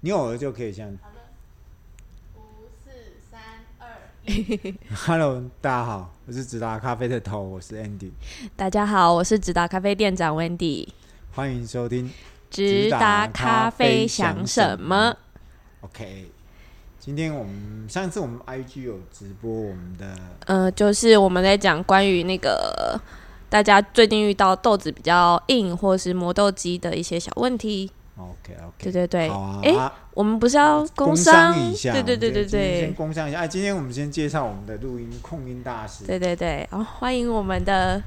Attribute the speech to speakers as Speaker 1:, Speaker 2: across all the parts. Speaker 1: 你偶尔就可以这样。
Speaker 2: 好的，五四三二一，
Speaker 1: Hello，大家好，我是直达咖啡的头，我是 Andy，
Speaker 3: 大家好，我是直达咖啡店长 Wendy。
Speaker 1: 欢迎收听。直
Speaker 3: 直
Speaker 1: 达
Speaker 3: 达
Speaker 1: 咖
Speaker 3: 咖
Speaker 1: 啡
Speaker 3: 啡
Speaker 1: 想
Speaker 3: 想
Speaker 1: 什
Speaker 3: 什
Speaker 1: 么
Speaker 3: 么？
Speaker 1: OK，今天我们上次我们 IG 有直播我们的，
Speaker 3: 呃，就是我们在讲关于那个大家最近遇到豆子比较硬或是磨豆机的一些小问题。
Speaker 1: OK OK，
Speaker 3: 对对对，
Speaker 1: 好啊，
Speaker 3: 诶
Speaker 1: 啊
Speaker 3: 我们不是要哎工
Speaker 1: 工
Speaker 3: 商？
Speaker 1: 一下，
Speaker 3: 对对对对
Speaker 1: 今天先
Speaker 3: 对
Speaker 1: 工商一下。哎，今天我们先介绍我们的录音控音大师，
Speaker 3: 对对对。哦，欢迎我们的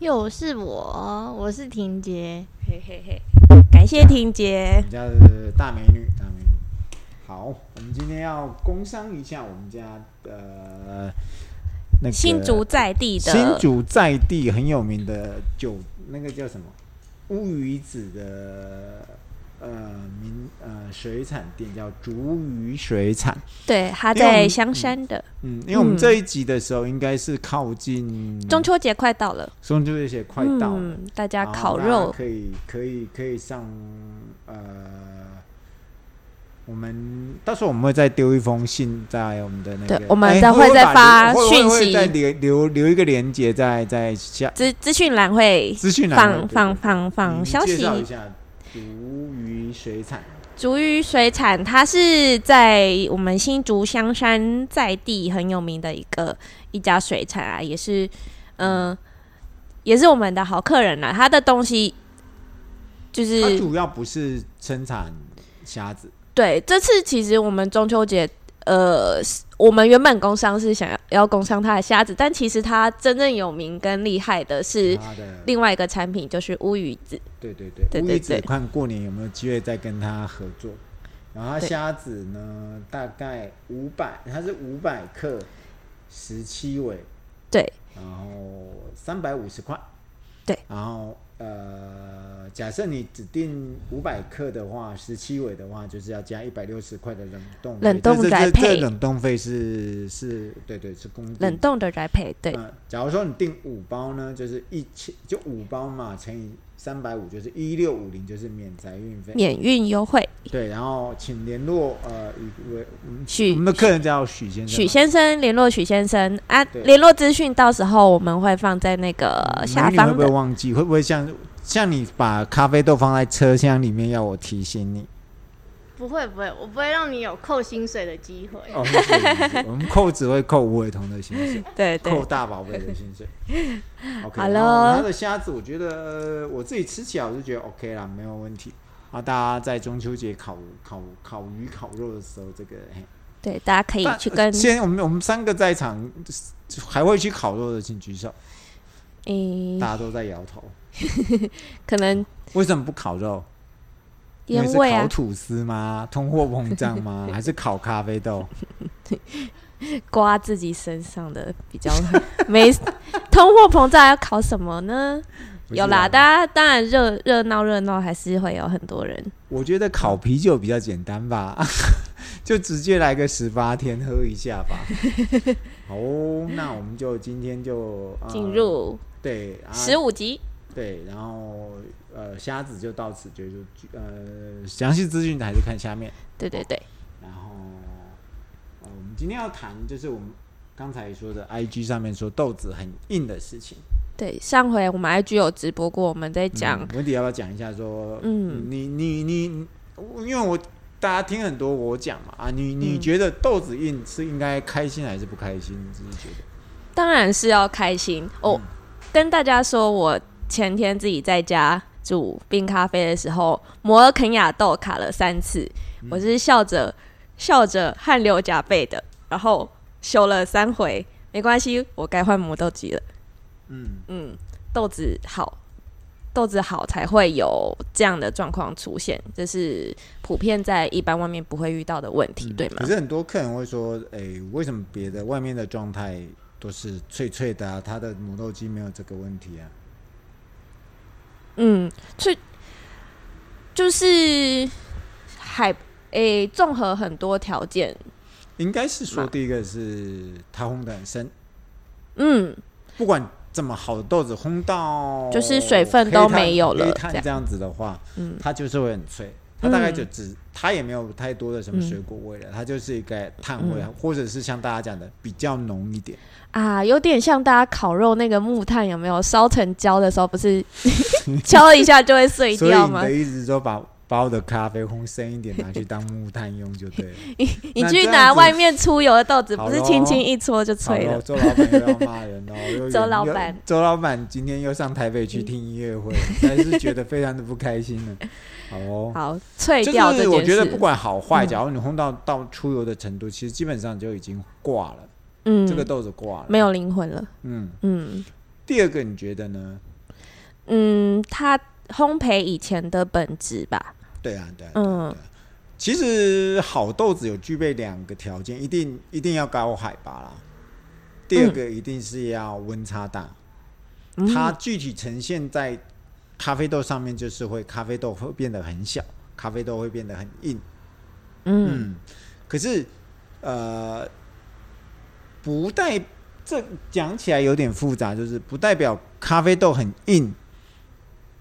Speaker 2: 又是我，我是婷杰。
Speaker 3: 嘿嘿嘿，感谢婷姐
Speaker 1: 我。们家的大美女，大美女。好，我们今天要工商一下我们家呃那个
Speaker 3: 新竹在地的
Speaker 1: 新竹在地很有名的酒，那个叫什么乌鱼子的呃名呃水产店叫竹鱼水产。
Speaker 3: 对，他
Speaker 1: 因为我
Speaker 3: 在
Speaker 1: 们
Speaker 3: 香山的。
Speaker 1: 嗯，因为我们
Speaker 3: 嗯
Speaker 1: 这一集的时候应该是靠近
Speaker 3: 中秋节快到了，
Speaker 1: 中秋节快到了，
Speaker 3: 嗯，大家
Speaker 1: 然后
Speaker 3: 烤
Speaker 1: 大家
Speaker 3: 肉
Speaker 1: 哦可以可以可以上呃。我们到时候我们会再丢一封信在我们的那个，
Speaker 3: 对我们
Speaker 1: 哎
Speaker 3: 再
Speaker 1: 会
Speaker 3: 会再
Speaker 1: 把
Speaker 3: 发
Speaker 1: 会会
Speaker 3: 讯
Speaker 1: 会
Speaker 3: 息
Speaker 1: 再留留留一个连接在在下
Speaker 3: 资资讯栏会
Speaker 1: 资讯栏
Speaker 3: 放
Speaker 1: 位
Speaker 3: 放放
Speaker 1: 你
Speaker 3: 放消
Speaker 1: 介绍一
Speaker 3: 息。
Speaker 1: 下竹鱼水产，
Speaker 3: 竹鱼水产，它是在我们新竹香山在地很有名的一个一家水产啊，也是嗯、呃也是我们的好客人啦、他的东西就
Speaker 1: 它
Speaker 3: 是
Speaker 1: 主要不是生产虾子，
Speaker 3: 对，这次其实我们中秋节，呃，是我们原本工商是想要要工商它的虾子，但其实它真正有名跟厉害的是
Speaker 1: 它的
Speaker 3: 另外一个产品，就是乌鱼子。
Speaker 1: 对对对，
Speaker 3: 对
Speaker 1: 乌
Speaker 3: 对
Speaker 1: 鱼子
Speaker 3: 对
Speaker 1: 看过年有没有机会再跟它合作。然后它
Speaker 3: 对
Speaker 1: 虾子呢，大概五百，它是五百克，十七尾，
Speaker 3: 对，
Speaker 1: 然后三百五十块，
Speaker 3: 对，
Speaker 1: 然后呃，假设你只订五百克的话，十七尾的话，就是要加一百六十块的冷冻费
Speaker 3: 冷冻
Speaker 1: 但是
Speaker 3: 宅
Speaker 1: 这这
Speaker 3: 配
Speaker 1: 冷冻费是是，对对是公定
Speaker 3: 冷冻的宅配，对，
Speaker 1: 嗯，假如说你订五包呢，就是一千，就五包嘛，乘以三百五，就是一六五零，就是免宅运费。
Speaker 3: 免运优惠。
Speaker 1: 对，然后请联络呃一位嗯
Speaker 3: 许
Speaker 1: 我们的客人叫许先生嘛。
Speaker 3: 许先生联络许先生啊，
Speaker 1: 对
Speaker 3: 联络资讯到时候我们会放在那个
Speaker 1: 嗯
Speaker 3: 呃
Speaker 1: 美
Speaker 3: 下
Speaker 1: 女会
Speaker 3: 方
Speaker 1: 不会
Speaker 3: 的。
Speaker 1: 忘记？会不会像像你把咖啡豆放在车厢里面，要我提醒你？
Speaker 2: 不会不会，我不会让你有扣薪水的机会。
Speaker 1: 哦，不是不是我们扣只会扣五尾童的薪水。
Speaker 3: 对对
Speaker 1: 扣大宝贝的薪 水。OK，
Speaker 3: 好
Speaker 1: 然后
Speaker 3: 咯
Speaker 1: 它的虾子，我觉得呃我自己吃起来我就觉得 OK 啦，没有问题。啊，大家在中秋节烤烤烤鱼烤肉的时候，这个嘿
Speaker 3: 对，大家可以
Speaker 1: 但
Speaker 3: 哎去跟
Speaker 1: 先我们我们三个在场，还会去烤肉的请举手。
Speaker 3: 嗯，
Speaker 1: 大家都在摇头，
Speaker 3: 可能
Speaker 1: 为什么不烤肉？因
Speaker 3: 烟
Speaker 1: 为是
Speaker 3: 味
Speaker 1: 烤
Speaker 3: 啊、
Speaker 1: 吐司吗？通货膨胀 吗？还是烤咖啡豆？
Speaker 3: 刮自己身上的比较 没通货膨胀，要考什么呢？
Speaker 1: 不是
Speaker 3: 有
Speaker 1: 啊
Speaker 3: 啦，大家当然热热闹热闹，还是会有很多人。
Speaker 1: 我觉得烤啤酒比较简单吧， 就直接来个十八天喝一下 吧。好哦，那我们就今天就、呃
Speaker 3: 进入
Speaker 1: 对啊
Speaker 3: 十五集，
Speaker 1: 对，然后呃虾子就到此结束，呃详细资讯还是看下面。
Speaker 3: 对对对，
Speaker 1: 然后呃我们今天要谈就是我们刚才说的 IG 上面说豆子很硬的事情。
Speaker 3: 对，上回我们 IG 有直播过，我们在讲、
Speaker 1: 嗯文迪要不要讲一下说，
Speaker 3: 嗯
Speaker 1: 你你你，你因为我大家听很多我讲嘛啊，你你
Speaker 3: 嗯
Speaker 1: 觉得豆子印是应该开心还是不开心？你自己觉得？
Speaker 3: 当然是要开心哦。
Speaker 1: 嗯
Speaker 3: 跟大家说，我前天自己在家煮冰咖啡的时候，摩尔肯亚豆卡了三次，
Speaker 1: 嗯
Speaker 3: 我是笑着笑着汗流浃背的，然后修了三回，没关系，我该换磨豆机了。
Speaker 1: 嗯，
Speaker 3: 嗯，豆子好，豆子好才会有这样的状况出现，这是普遍在一般外面不会遇到的问题，对吗
Speaker 1: 可？是很多客人会说，哎、为什么别的外面的状态都是脆脆的啊？它的磨豆机没有这个问题啊？
Speaker 3: 嗯，脆就是海诶，综、合很多条件，
Speaker 1: 应该是说
Speaker 3: 嘛
Speaker 1: 第一个是它烘得很深，
Speaker 3: 嗯，
Speaker 1: 不管这么好的豆子烘到
Speaker 3: 就是水分都
Speaker 1: 黑炭
Speaker 3: 没有
Speaker 1: 黑
Speaker 3: 了这样
Speaker 1: 炭这样子的话，
Speaker 3: 嗯
Speaker 1: 它就是会很脆。它大概就
Speaker 3: 嗯
Speaker 1: 只，它也没有太多的什么
Speaker 3: 嗯
Speaker 1: 水果味了，它就是一个炭味，啊或者是像大家讲的比较浓一点。
Speaker 3: 啊，有点像大家烤肉那个木炭有没有烧成焦的时候，不是敲一下就会碎
Speaker 1: 所以
Speaker 3: 掉
Speaker 1: 你
Speaker 3: 吗
Speaker 1: 的？意思是说，把把我的咖啡烘深一点，拿去当木炭用就对了。
Speaker 3: 你
Speaker 1: 那
Speaker 3: 去
Speaker 1: 这样
Speaker 3: 拿
Speaker 1: 子
Speaker 3: 外面出油的豆子，
Speaker 1: 好
Speaker 3: 不是
Speaker 1: 咯
Speaker 3: 轻轻一搓就
Speaker 1: 好
Speaker 3: 脆
Speaker 1: 咯
Speaker 3: 了。
Speaker 1: 周老板又要骂人 哦！又
Speaker 3: 周
Speaker 1: 有
Speaker 3: 老
Speaker 1: 又
Speaker 3: 板
Speaker 1: 周老板今天又上台北去听音 乐会，还是觉得非常的不开心呢。好哦，
Speaker 3: 好，脆
Speaker 1: 就
Speaker 3: 掉这
Speaker 1: 是我
Speaker 3: 件
Speaker 1: 觉得不
Speaker 3: 事，嗯
Speaker 1: 管好坏，假如你烘到到出油的程度，其实基本上就已经挂了，
Speaker 3: 嗯，
Speaker 1: 这个豆子挂了。
Speaker 3: 没有灵魂了。
Speaker 1: 嗯，
Speaker 3: 嗯
Speaker 1: 第二个你觉得呢？
Speaker 3: 嗯，它烘焙以前的本质吧，
Speaker 1: 对啊，对啊，对啊
Speaker 3: 嗯
Speaker 1: 其实好豆子有具备两个条件，一定一定要高海拔啦。第二个一定是要温差大，
Speaker 3: 嗯
Speaker 1: 它具体呈现在咖啡豆上面，就是会咖啡豆会变得很小，咖啡豆会变得很硬。
Speaker 3: 嗯
Speaker 1: 嗯，可是呃，不代这讲起来有点复杂，就是不代表咖啡豆很硬，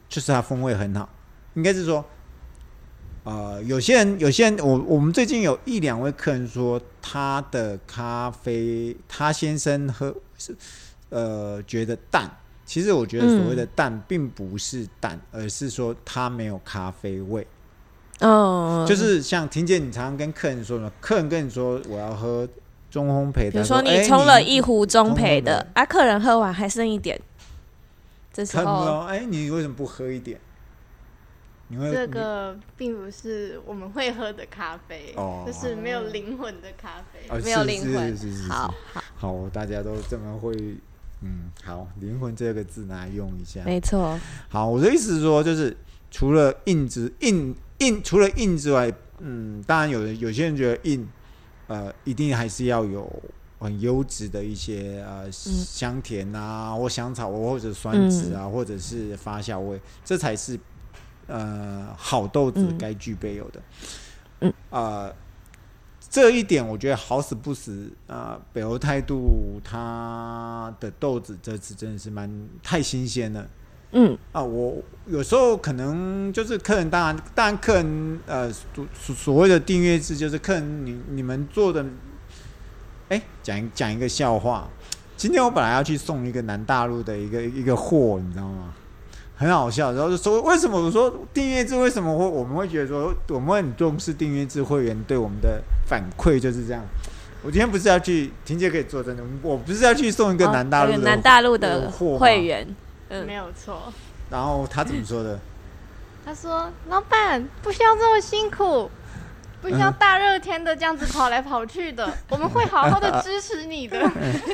Speaker 1: 就是它风味很好。应该是说，呃，有些人，有些人，我我们最近有一两位客人说，他的咖啡，他先生喝是呃觉得淡。其实我觉得所谓的淡，并不是淡，而是说它没有咖啡味。
Speaker 3: 嗯，
Speaker 1: 就是像婷姐，你常常跟客人说什么？客人跟你说我要喝中烘焙，
Speaker 3: 比
Speaker 1: 他
Speaker 3: 如说
Speaker 1: 哎
Speaker 3: 你冲了一壶中
Speaker 1: 中
Speaker 3: 焙
Speaker 1: 焙
Speaker 3: 的
Speaker 1: 的，
Speaker 3: 啊，客人喝完还剩一点，这时
Speaker 1: 他们
Speaker 3: 候
Speaker 1: 说哎，你为什么不喝一点？你会
Speaker 2: 这个并不是我们会喝的咖啡，
Speaker 1: 哦
Speaker 2: 就是没有灵魂的咖啡。
Speaker 1: 你哦
Speaker 3: 没有
Speaker 1: 是
Speaker 3: 灵
Speaker 1: 是
Speaker 3: 魂
Speaker 1: 是是是
Speaker 3: 好，
Speaker 1: 好，大家都这么会，嗯，好，灵魂这个字拿来用一下。
Speaker 3: 没错，
Speaker 1: 好，我的意思是说，就是除了硬之硬硬，除了硬之外，嗯，当然有人有些人觉得硬，呃，一定还是要有很优质的一些
Speaker 3: 嗯
Speaker 1: 呃香甜啊，或香草，或者酸质啊，或者是发酵味，这才是呃好豆子
Speaker 3: 嗯
Speaker 1: 该具备有的。
Speaker 3: 嗯，
Speaker 1: 呃。这一点我觉得好死不死，呃，北欧态度它的豆子这次真的是蛮太新鲜了，
Speaker 3: 嗯
Speaker 1: 啊，我有时候可能就是客人，当然，当然客人呃所所所谓的订阅制，就是客人你你们做的，哎，讲一讲一个笑话。今天我本来要去送一个南大陆的一个 一个货，你知道吗？很好笑，然后就说为什么我说订阅制为什么会我们会觉得说我们很重视订阅制会员对我们的反馈就是这样。我今天不是要去，婷姐可以作证的，我不是要去送一个
Speaker 3: 哦
Speaker 1: 南大陆
Speaker 3: 有
Speaker 1: 的、
Speaker 3: 南大陆的
Speaker 1: 货吗
Speaker 3: 会员，嗯
Speaker 2: 没有错。
Speaker 1: 然后他怎么说的？
Speaker 2: 他说：“老板，不需要这么辛苦，不需要
Speaker 1: 嗯
Speaker 2: 大热天的这样子跑来跑去的，我们会好好的支持你的。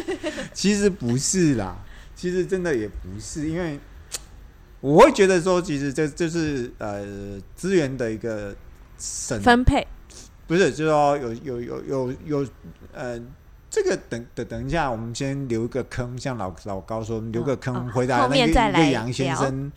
Speaker 1: 其实不是啦，其实真的也不是，因为我会觉得说，其实这这是呃资源的一个省，
Speaker 3: 分配，
Speaker 1: 不是就是说有有有有有呃。这个等等等一下，我们先留一个坑，像老老高说，留个坑、
Speaker 3: 哦
Speaker 1: 回答
Speaker 3: 后
Speaker 1: 那
Speaker 3: 面
Speaker 1: 个
Speaker 3: 再
Speaker 1: 一个
Speaker 3: 来
Speaker 1: 杨先生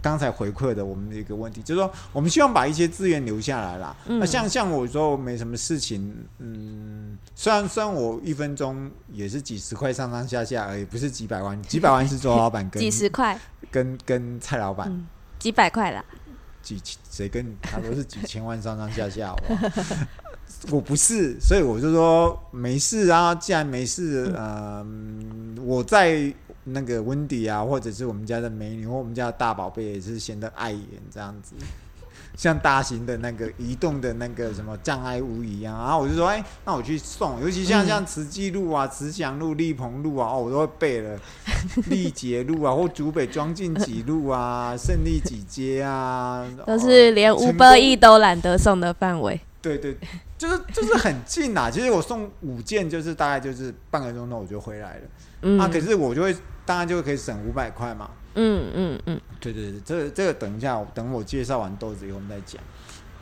Speaker 1: 刚才回馈的我们的一个问题，就是说我们希望把一些资源留下来啦。那、
Speaker 3: 嗯
Speaker 1: 像像我说没什么事情，嗯，虽然虽然我一分钟也是几十块上上下下而已，不是几百万，几百万是周老板跟
Speaker 3: 几十块，
Speaker 1: 跟跟蔡老板、
Speaker 3: 嗯，几百块啦，
Speaker 1: 几谁跟他都是几千万上上下下，好不好？ 我不是，所以我就说没事啊。既然没事，嗯、我在那个温迪啊，或者是我们家的美女或我们家的大宝贝，也是显得碍眼这样子。像大型的那个移动的那个什么障碍物一样，然后我就说，哎、那我去送，尤其像像慈济路啊、慈祥路、立鹏路啊，哦，我都会背了，立捷路啊， 或竹北庄敬几路啊、 胜利几街啊，
Speaker 3: 都是连
Speaker 1: 成
Speaker 3: 五
Speaker 1: 功啊
Speaker 3: 百亿都懒得送的范围，
Speaker 1: 对对，就是就是很近啦。 其实我送五件，就是大概就是半个钟头我就回来了、
Speaker 3: 嗯
Speaker 1: 啊。可是我就会，当然就可以省五百块嘛。
Speaker 3: 嗯嗯嗯，
Speaker 1: 对对对，这个这个等一下，等我介绍完豆子以后我们再讲。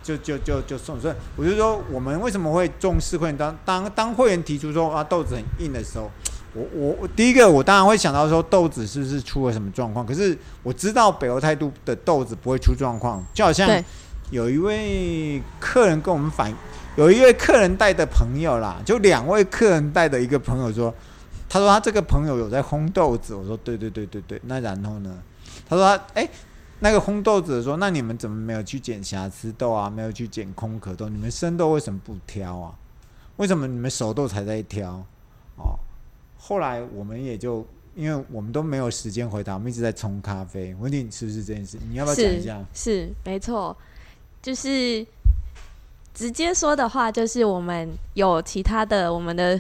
Speaker 1: 就就就就送，所以我就说，我们为什么会重视会员？当当当会员提出说啊豆子很硬的时候，我我我第一个我当然会想到说豆子是不是出了什么状况？可是我知道北欧态度的豆子不会出状况，就好像
Speaker 3: 对
Speaker 1: 有一位客人跟我们反，有一位客人带的朋友啦，就两位客人带的一个朋友说，他说他这个朋友有在烘豆子，我说对对对对对，那然后呢？他说他哎、那个烘豆子的说，那你们怎么没有去捡瑕疵豆啊？没有去捡空壳豆？你们生豆为什么不挑啊？为什么你们熟豆才在挑？哦，后来我们也就因为我们都没有时间回答，我们一直在冲咖啡。我问你是不是这件事？你要不要讲一
Speaker 3: 是
Speaker 1: 下？
Speaker 3: 是没错，就是直接说的话，就是我们有其他的我们的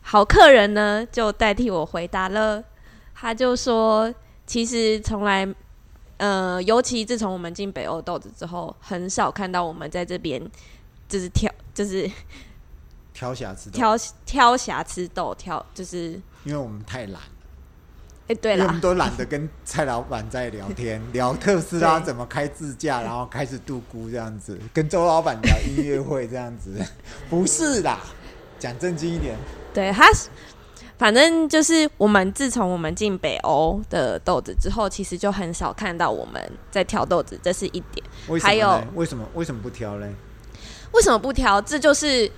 Speaker 3: 好客人呢，就代替我回答了。他就说，其实从来，呃，尤其自从我们进北欧豆子之后，很少看到我们在这边就是挑，就是
Speaker 1: 挑瑕疵豆，
Speaker 3: 挑挑瑕疵豆，挑就是，
Speaker 1: 因为我们太懒。
Speaker 3: 哎、对
Speaker 1: 因为我
Speaker 3: 啦
Speaker 1: 们，都懒得跟蔡老板在聊 天，聊特斯拉怎么开自驾，然后开始度估这样子，跟周老板聊音乐会这样子， 不是啦，讲正经一点，
Speaker 3: 对，它是反正就是我们自从我们进北欧的豆子之后，其实就很少看到我们在挑豆子，这是一点。
Speaker 1: 为什么呢
Speaker 3: 还有
Speaker 1: 为什么为什么不挑嘞？
Speaker 3: 为什么不挑？这就是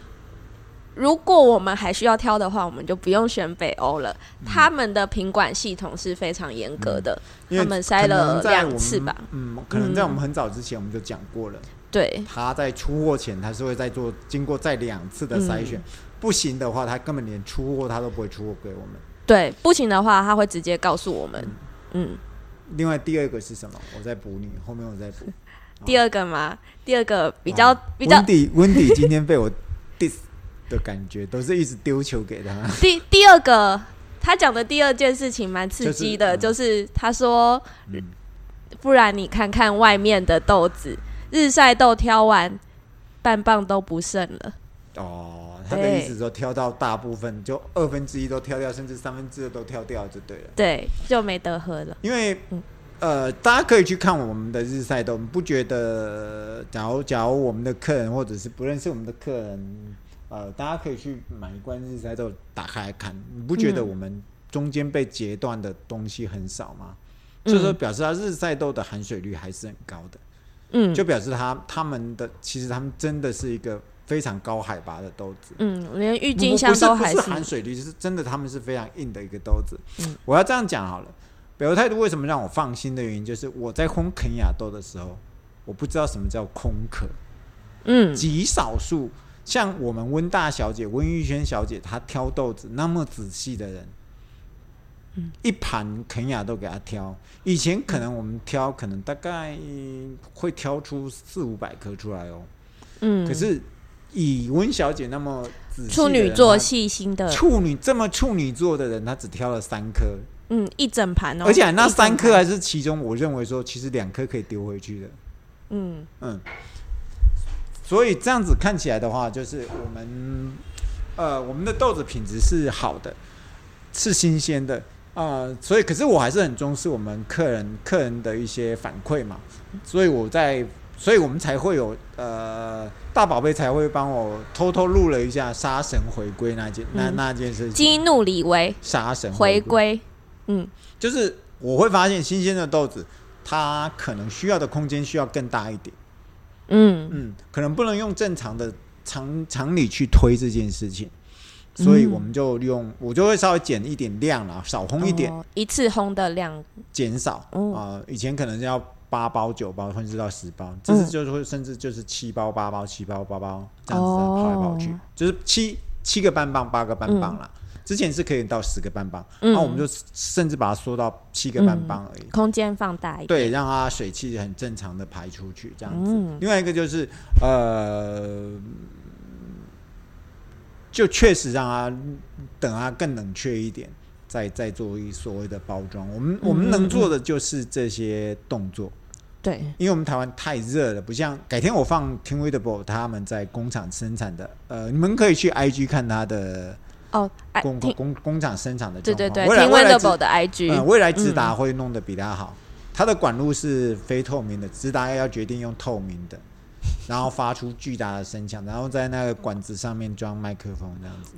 Speaker 3: 如果我们还需要挑的话，我们就不用选北欧了。他们的品管系统是非常严格的，
Speaker 1: 因为
Speaker 3: 他们塞了
Speaker 1: 可能在
Speaker 3: 两
Speaker 1: 我们
Speaker 3: 次吧？
Speaker 1: 嗯，可能在我们很早之前我们就讲过了，
Speaker 3: 对
Speaker 1: 他在出货前他是会再做经过再两次的筛
Speaker 3: 嗯
Speaker 1: 选，不行的话他根本连出货他都不会出货给我们。
Speaker 3: 对，不行的话他会直接告诉我们。嗯，
Speaker 1: 另外第二个是什么？我再补你，后面我再补。
Speaker 3: 第二个嘛，第二个比较、比较
Speaker 1: 温迪温迪今天被我 diss 的感觉，都是一直丢球给 他。
Speaker 3: 第第二个，他讲的第二件事情蛮刺激的，
Speaker 1: 就
Speaker 3: 就是、他说，
Speaker 1: 嗯
Speaker 3: 不然你看看外面的豆子，日晒豆挑完，半磅都不剩了。
Speaker 1: 哦，他的
Speaker 3: 对
Speaker 1: 意思说挑到大部分，就二分之一都挑掉，甚至三分之二都挑掉就对了。
Speaker 3: 对，就没得喝了。
Speaker 1: 因为
Speaker 3: 嗯
Speaker 1: 呃，大家可以去看我们的日赛豆，我们不觉得，假如假如我们的客人或者是不认识我们的客人，呃，大家可以去买一罐日赛豆打开来看，你不觉
Speaker 3: 嗯
Speaker 1: 得我们中间被截断的东西很少吗？
Speaker 3: 嗯
Speaker 1: 就是说表示它日晒豆的含水率还是很高的。
Speaker 3: 嗯
Speaker 1: 就表示他他们的其实他们真的是一个非常高海拔的豆子，
Speaker 3: 嗯，连郁
Speaker 1: 郁
Speaker 3: 金香都还
Speaker 1: 不是含水率，是真的他们是非常硬的一个豆子。
Speaker 3: 嗯
Speaker 1: 我要这样讲好了，北欧态度为什么让我放心的原因，就是我在烘肯亚豆的时候，我不知道什么叫空壳，
Speaker 3: 嗯
Speaker 1: 极少数像我们温大小姐、温玉轩小姐，她挑豆子那么仔细的人，
Speaker 3: 嗯
Speaker 1: 一盘肯亚豆给她挑。以前可能我们挑，可能大概会挑出四五百颗出来哦。
Speaker 3: 嗯，
Speaker 1: 可是以温小姐那么仔细的人，
Speaker 3: 处女座
Speaker 1: 她
Speaker 3: 细心的，
Speaker 1: 处女这么处女座的人，她只挑了三颗，
Speaker 3: 嗯，一整盘哦，
Speaker 1: 而且那三颗
Speaker 3: 一整
Speaker 1: 还
Speaker 3: 盘，
Speaker 1: 是其中我认为说，其实两颗可以丢回去的。
Speaker 3: 嗯
Speaker 1: 嗯，所以这样子看起来的话，就是我们呃我们的豆子品质是好的，是新鲜的啊、呃所以可是我还是很重视我们客人客人的一些反馈嘛，所以我在。所以我们才会有呃，大宝贝才会帮我偷偷录了一下杀神回归那件、那
Speaker 3: 嗯
Speaker 1: 那件事情。
Speaker 3: 激怒李维
Speaker 1: 杀神
Speaker 3: 回
Speaker 1: 归。
Speaker 3: 归，嗯
Speaker 1: 就是我会发现新鲜的豆子，它可能需要的空间需要更大一点，
Speaker 3: 嗯
Speaker 1: 嗯，可能不能用正常的常常理去推这件事情，所以
Speaker 3: 嗯
Speaker 1: 我们就用、我就会稍微减一点量啦，少烘一点，
Speaker 3: 哦一次烘的量，
Speaker 1: 减少啊、
Speaker 3: 哦
Speaker 1: 以前可能是要八包九包，甚至到十包，这次
Speaker 3: 嗯
Speaker 1: 就是会甚至就是七包八包七包八包这样子
Speaker 3: 哦
Speaker 1: 跑来跑去，就是七七个半磅八个半磅啦。之前是可以到十个半磅，那、
Speaker 3: 嗯
Speaker 1: 我们就甚至把它缩到七个半磅而已。
Speaker 3: 空间放大一点，
Speaker 1: 对，让它水汽很正常的排出去，这样子。
Speaker 3: 嗯
Speaker 1: 另外一个就是呃，就确实让它等它更冷却一点，再再做一所谓的包装。我
Speaker 3: 嗯
Speaker 1: 们我们能做的就是这些动作，
Speaker 3: 对，
Speaker 1: 因为我们台湾太热了，不像改天我放 t i n w i d a b l e 他们在工厂生产的，呃，你们可以去 IG 看它的
Speaker 3: 哦，哎
Speaker 1: 工工
Speaker 3: 听
Speaker 1: 工工厂生产的
Speaker 3: 对
Speaker 1: 状
Speaker 3: 对
Speaker 1: 况。哦
Speaker 3: 对
Speaker 1: 未来
Speaker 3: 听
Speaker 1: 未来
Speaker 3: Windable 的
Speaker 1: 嗯，
Speaker 3: IG，
Speaker 1: 未来直达会弄得比它好。它的管路是非透明的，直达要决定用透明的，然后发出巨大的声响，然后在那个管子上面装麦克风这样子。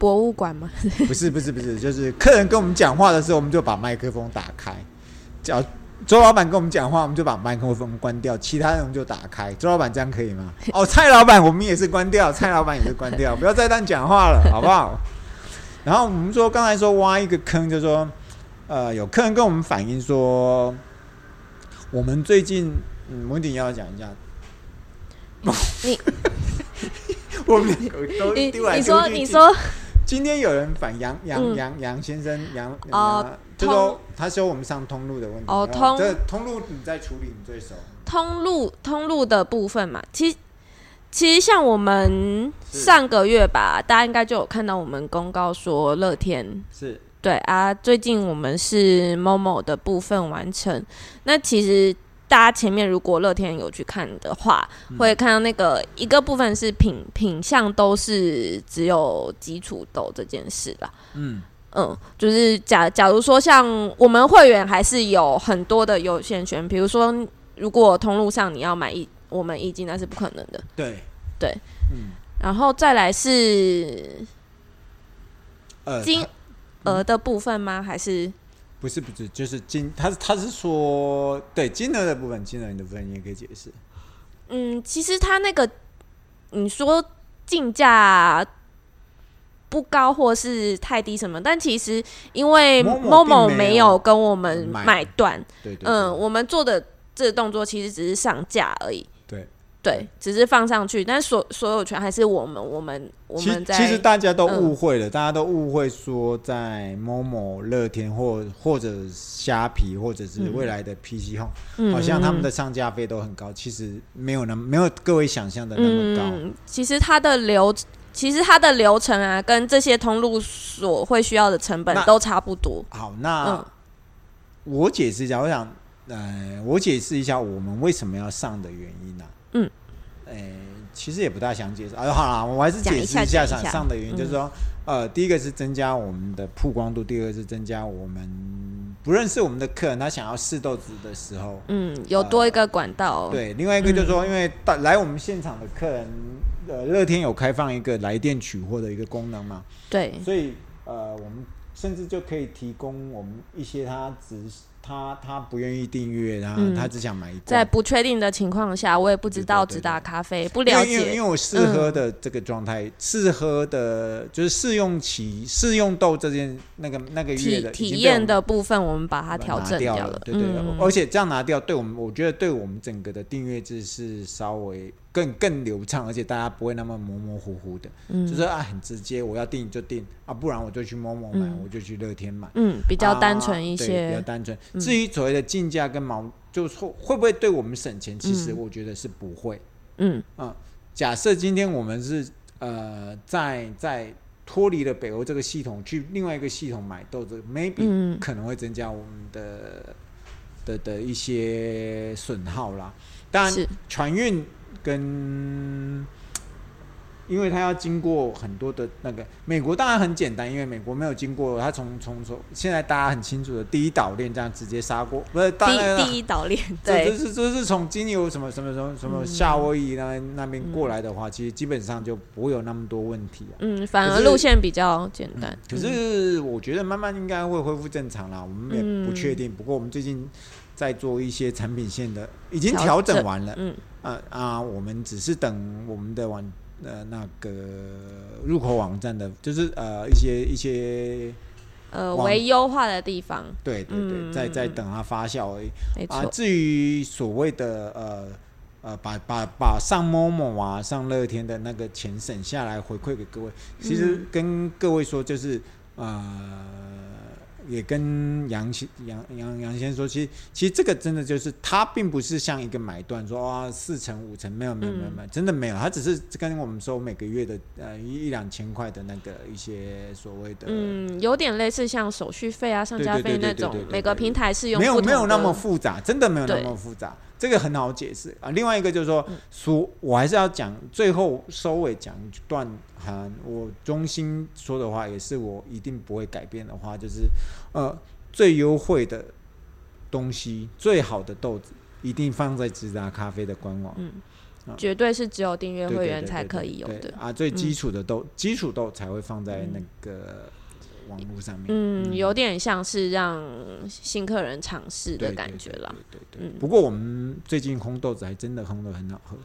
Speaker 3: 博物馆 吗？
Speaker 1: 不是不是不是，就是客人跟我们讲话的时候，我们就把麦克风打开。叫周老板跟我们讲话，我们就把麦克风关掉，其他人我们就打开。周老板这样可以 吗？ 哦，蔡老板我们也是关掉，蔡老板也是关掉，不要再乱讲话了，好不好？然后我们说刚才说挖一个坑，就说呃，有客人跟我们反映说，我们最近嗯，我一定要讲一下。
Speaker 3: 你
Speaker 1: 我们两个都
Speaker 3: 你
Speaker 1: 丢来
Speaker 3: 你
Speaker 1: 丢
Speaker 3: 说
Speaker 1: 去
Speaker 3: 你说
Speaker 1: 今天有人反杨杨
Speaker 3: 嗯
Speaker 1: 杨杨先生杨
Speaker 3: 哦
Speaker 1: 杨就说他说我们上通路的问题
Speaker 3: 哦
Speaker 1: 然后
Speaker 3: 通
Speaker 1: 这通路你在处理你最熟，
Speaker 3: 通路通路的部分嘛，其实其实像我们
Speaker 1: 是
Speaker 3: 上个月吧，大家应该就有看到我们公告说乐天
Speaker 1: 是
Speaker 3: 对啊，最近我们是某某的部分完成。那其实大家前面如果乐天有去看的话，
Speaker 1: 嗯
Speaker 3: 会看到那个一个部分是品品相都是只有基础豆这件事啦。
Speaker 1: 嗯
Speaker 3: 嗯，就是假假如说像我们会员还是有很多的优先权，比如说如果通路上你要买一我们一斤，那是不可能的。
Speaker 1: 对
Speaker 3: 对
Speaker 1: 嗯
Speaker 3: 然后再来是
Speaker 1: 呃
Speaker 3: 金
Speaker 1: 他
Speaker 3: 额的部分吗？还是
Speaker 1: 不是不是就是金他是他是说对金额的部分金额的部分你也可以解释
Speaker 3: 嗯，其实它那个你说进价不高或是太低什么，但其实因为
Speaker 1: Momo 并
Speaker 3: Momo
Speaker 1: 没有
Speaker 3: 没有跟我们
Speaker 1: 买
Speaker 3: 买断，
Speaker 1: 对对
Speaker 3: 嗯，
Speaker 1: 对
Speaker 3: 我们做的这个动作其实只是上架而已，
Speaker 1: 对
Speaker 3: 对，只是放上去，但所所有权还是我们我们我
Speaker 1: 其
Speaker 3: 们在
Speaker 1: 其实大家都
Speaker 3: 嗯
Speaker 1: 误会了，大家都误会说，在某某乐天或或者虾皮，或者是未来的 PC Home，、
Speaker 3: 嗯
Speaker 1: 好像他们的上架费都很高，其实没有那没有各位想象的那么高。
Speaker 3: 嗯，其实它的流。其实它的流程啊，跟这些通路所会需要的成本
Speaker 1: 那
Speaker 3: 都差不多。
Speaker 1: 好，那、
Speaker 3: 嗯
Speaker 1: 我解释一下，我想，呃，我解释一下我们为什么要上的原因啊。
Speaker 3: 嗯，
Speaker 1: 呃，其实也不大想解释。哎、好啦，我还是
Speaker 3: 讲
Speaker 1: 解
Speaker 3: 一
Speaker 1: 释
Speaker 3: 下
Speaker 1: 下
Speaker 3: 讲
Speaker 1: 上
Speaker 3: 一下嗯
Speaker 1: 上的原因，就是说，呃，第一个是增加我们的曝光度，第二个是增加我们不认识我们的客人，他想要试豆子的时候，
Speaker 3: 嗯，有多一个管道。
Speaker 1: 呃对，另外一个就是说，因为到来我们现场的客人，呃，乐天有开放一个来电取货的一个功能嘛，
Speaker 3: 对，
Speaker 1: 所以呃，我们甚至就可以提供我们一些他只他他不愿意订阅，然后
Speaker 3: 嗯
Speaker 1: 他只想买一罐
Speaker 3: 在不确定的情况下，我也不知道
Speaker 1: 对对对对
Speaker 3: 直达咖啡，不
Speaker 1: 因
Speaker 3: 了
Speaker 1: 为因为因
Speaker 3: 解。嗯
Speaker 1: 为我试喝的这个状态，试喝的就是试用期试用豆这件那个那个月
Speaker 3: 体
Speaker 1: 的已经
Speaker 3: 体
Speaker 1: 被我
Speaker 3: 验
Speaker 1: 们
Speaker 3: 的部分，我们把它
Speaker 1: 把
Speaker 3: 调
Speaker 1: 拿
Speaker 3: 整
Speaker 1: 掉
Speaker 3: 了。
Speaker 1: 对对对，
Speaker 3: 嗯
Speaker 1: 而且这样拿掉，对我们我觉得对我们整个的订阅制是稍微更更流畅，而且大家不会那么模模糊糊的，
Speaker 3: 嗯
Speaker 1: 就是啊很直接，我要订就订啊，不然我就去某某买，
Speaker 3: 嗯
Speaker 1: 我就去乐天买，
Speaker 3: 嗯，比
Speaker 1: 比
Speaker 3: 较单纯一
Speaker 1: 啊比较
Speaker 3: 些。嗯
Speaker 1: 单纯。至于所谓的进价跟毛，就是说会不会对我们省钱，其实我觉得是不会。
Speaker 3: 嗯
Speaker 1: 嗯，假设今天我们是呃在在脱离了北欧这个系统，去另外一个系统买豆子，maybe、
Speaker 3: 嗯
Speaker 1: 可能会增加我们的的的一些损耗啦。当然
Speaker 3: 是，
Speaker 1: 船运跟因为它要经过很多的那个美国，当然很简单，因为美国没有经过，它从从从现在大家很清楚的第一岛链这样直接杀过，不是当然
Speaker 3: 第
Speaker 1: 啦
Speaker 3: 第一岛链，
Speaker 1: 这这
Speaker 3: 对，嗯
Speaker 1: 是这是从经由什么什么什么什么夏威夷那那边过来的话，其实基本上就不会有那么多问题啊。
Speaker 3: 嗯，反
Speaker 1: 可
Speaker 3: 而
Speaker 1: 是
Speaker 3: 路线比较简单。
Speaker 1: 可是我觉得慢慢应该会恢复正常啦，我们也不
Speaker 3: 嗯
Speaker 1: 确定。不过我们最近在做一些产品线的，已经
Speaker 3: 调
Speaker 1: 调整
Speaker 3: 整
Speaker 1: 完了。
Speaker 3: 嗯，
Speaker 1: 啊啊，我们只是等我们的网呃那个入口网站的，就是呃一些一些
Speaker 3: 呃，
Speaker 1: 往
Speaker 3: 为优化的地方，
Speaker 1: 对对对，
Speaker 3: 嗯
Speaker 1: 在在
Speaker 3: 嗯嗯
Speaker 1: 等它发酵而已。
Speaker 3: 没
Speaker 1: 啊，
Speaker 3: 错。
Speaker 1: 至于所谓的呃呃，把把把上某某啊、上乐天的那个钱省下来回馈给各位，其
Speaker 3: 嗯
Speaker 1: 实跟各位说就是呃，也跟杨先杨杨杨先生说，其实其实这个真的就是他并不是像一个买断说啊四成五成没有没有没有没有，
Speaker 3: 嗯
Speaker 1: 真的没有，他只是跟我们说每个月的呃一一两千块的那个一些所谓的。
Speaker 3: 嗯，有点类似像手续费啊、上架
Speaker 1: 对对
Speaker 3: 费
Speaker 1: 对
Speaker 3: 那
Speaker 1: 对对
Speaker 3: 种
Speaker 1: 对对，对
Speaker 3: 每个平台是用
Speaker 1: 没有
Speaker 3: 不同
Speaker 1: 没有那
Speaker 3: 的嗯
Speaker 1: 么复杂，真的没有那
Speaker 3: 对
Speaker 1: 么复杂，这个很好解释啊。另外一个就是说，所我还是要讲最后收尾讲一段很我衷心说的话，也是我一定不会改变的话，就是呃最优惠的东西，最好的豆子一定放在直达咖啡的官网。
Speaker 3: 绝对是只有订阅
Speaker 1: 对对
Speaker 3: 会
Speaker 1: 嗯对
Speaker 3: 员
Speaker 1: 对
Speaker 3: 才
Speaker 1: 对
Speaker 3: 可
Speaker 1: 对
Speaker 3: 以嗯有
Speaker 1: 对
Speaker 3: 的。
Speaker 1: 啊，最基础的豆，基础豆才会放在那个网络上面。
Speaker 3: 嗯，有点像是让新客人尝试
Speaker 1: 对
Speaker 3: 的感觉啦。。
Speaker 1: 对对对对对
Speaker 3: 嗯
Speaker 1: 不过我们最近烘豆子还真的烘的很好喝，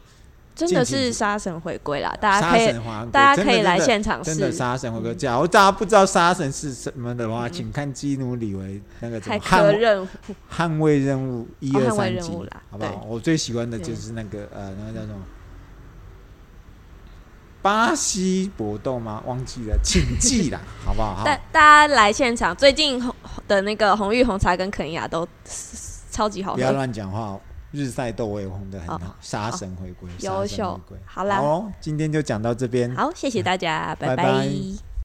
Speaker 3: 真的
Speaker 1: 近期
Speaker 3: 是杀神回归啦，大家
Speaker 1: 沙
Speaker 3: 可以
Speaker 1: 神华贵，
Speaker 3: 大家可
Speaker 1: 真
Speaker 3: 以
Speaker 1: 的
Speaker 3: 来
Speaker 1: 真的
Speaker 3: 现场
Speaker 1: 真的
Speaker 3: 试，
Speaker 1: 沙神会歌假如大家不知道沙神是什么的话，请看基努里维那个什么
Speaker 3: 还可
Speaker 1: 捍
Speaker 3: 任务
Speaker 1: 捍卫任务一
Speaker 3: 哦
Speaker 1: 二
Speaker 3: 捍卫
Speaker 1: 三
Speaker 3: 任
Speaker 1: 集
Speaker 3: 务啦，
Speaker 1: 好不好？我最喜欢的就是那个呃，那个叫什么？巴西搏斗吗？忘记了，请记 啦，好不好？好
Speaker 3: 但大家来现场，最近红的那个红玉红茶跟肯雅都超级好
Speaker 1: 不要
Speaker 3: 喝，
Speaker 1: 乱讲话。日赛豆我也红的很
Speaker 3: 哦
Speaker 1: 好，杀神回归，
Speaker 3: 优秀
Speaker 1: 杀神回归
Speaker 3: 好啦
Speaker 1: 哦，今天就讲到这边，
Speaker 3: 好，谢谢大家，
Speaker 1: 拜
Speaker 3: 拜
Speaker 1: 拜
Speaker 3: 拜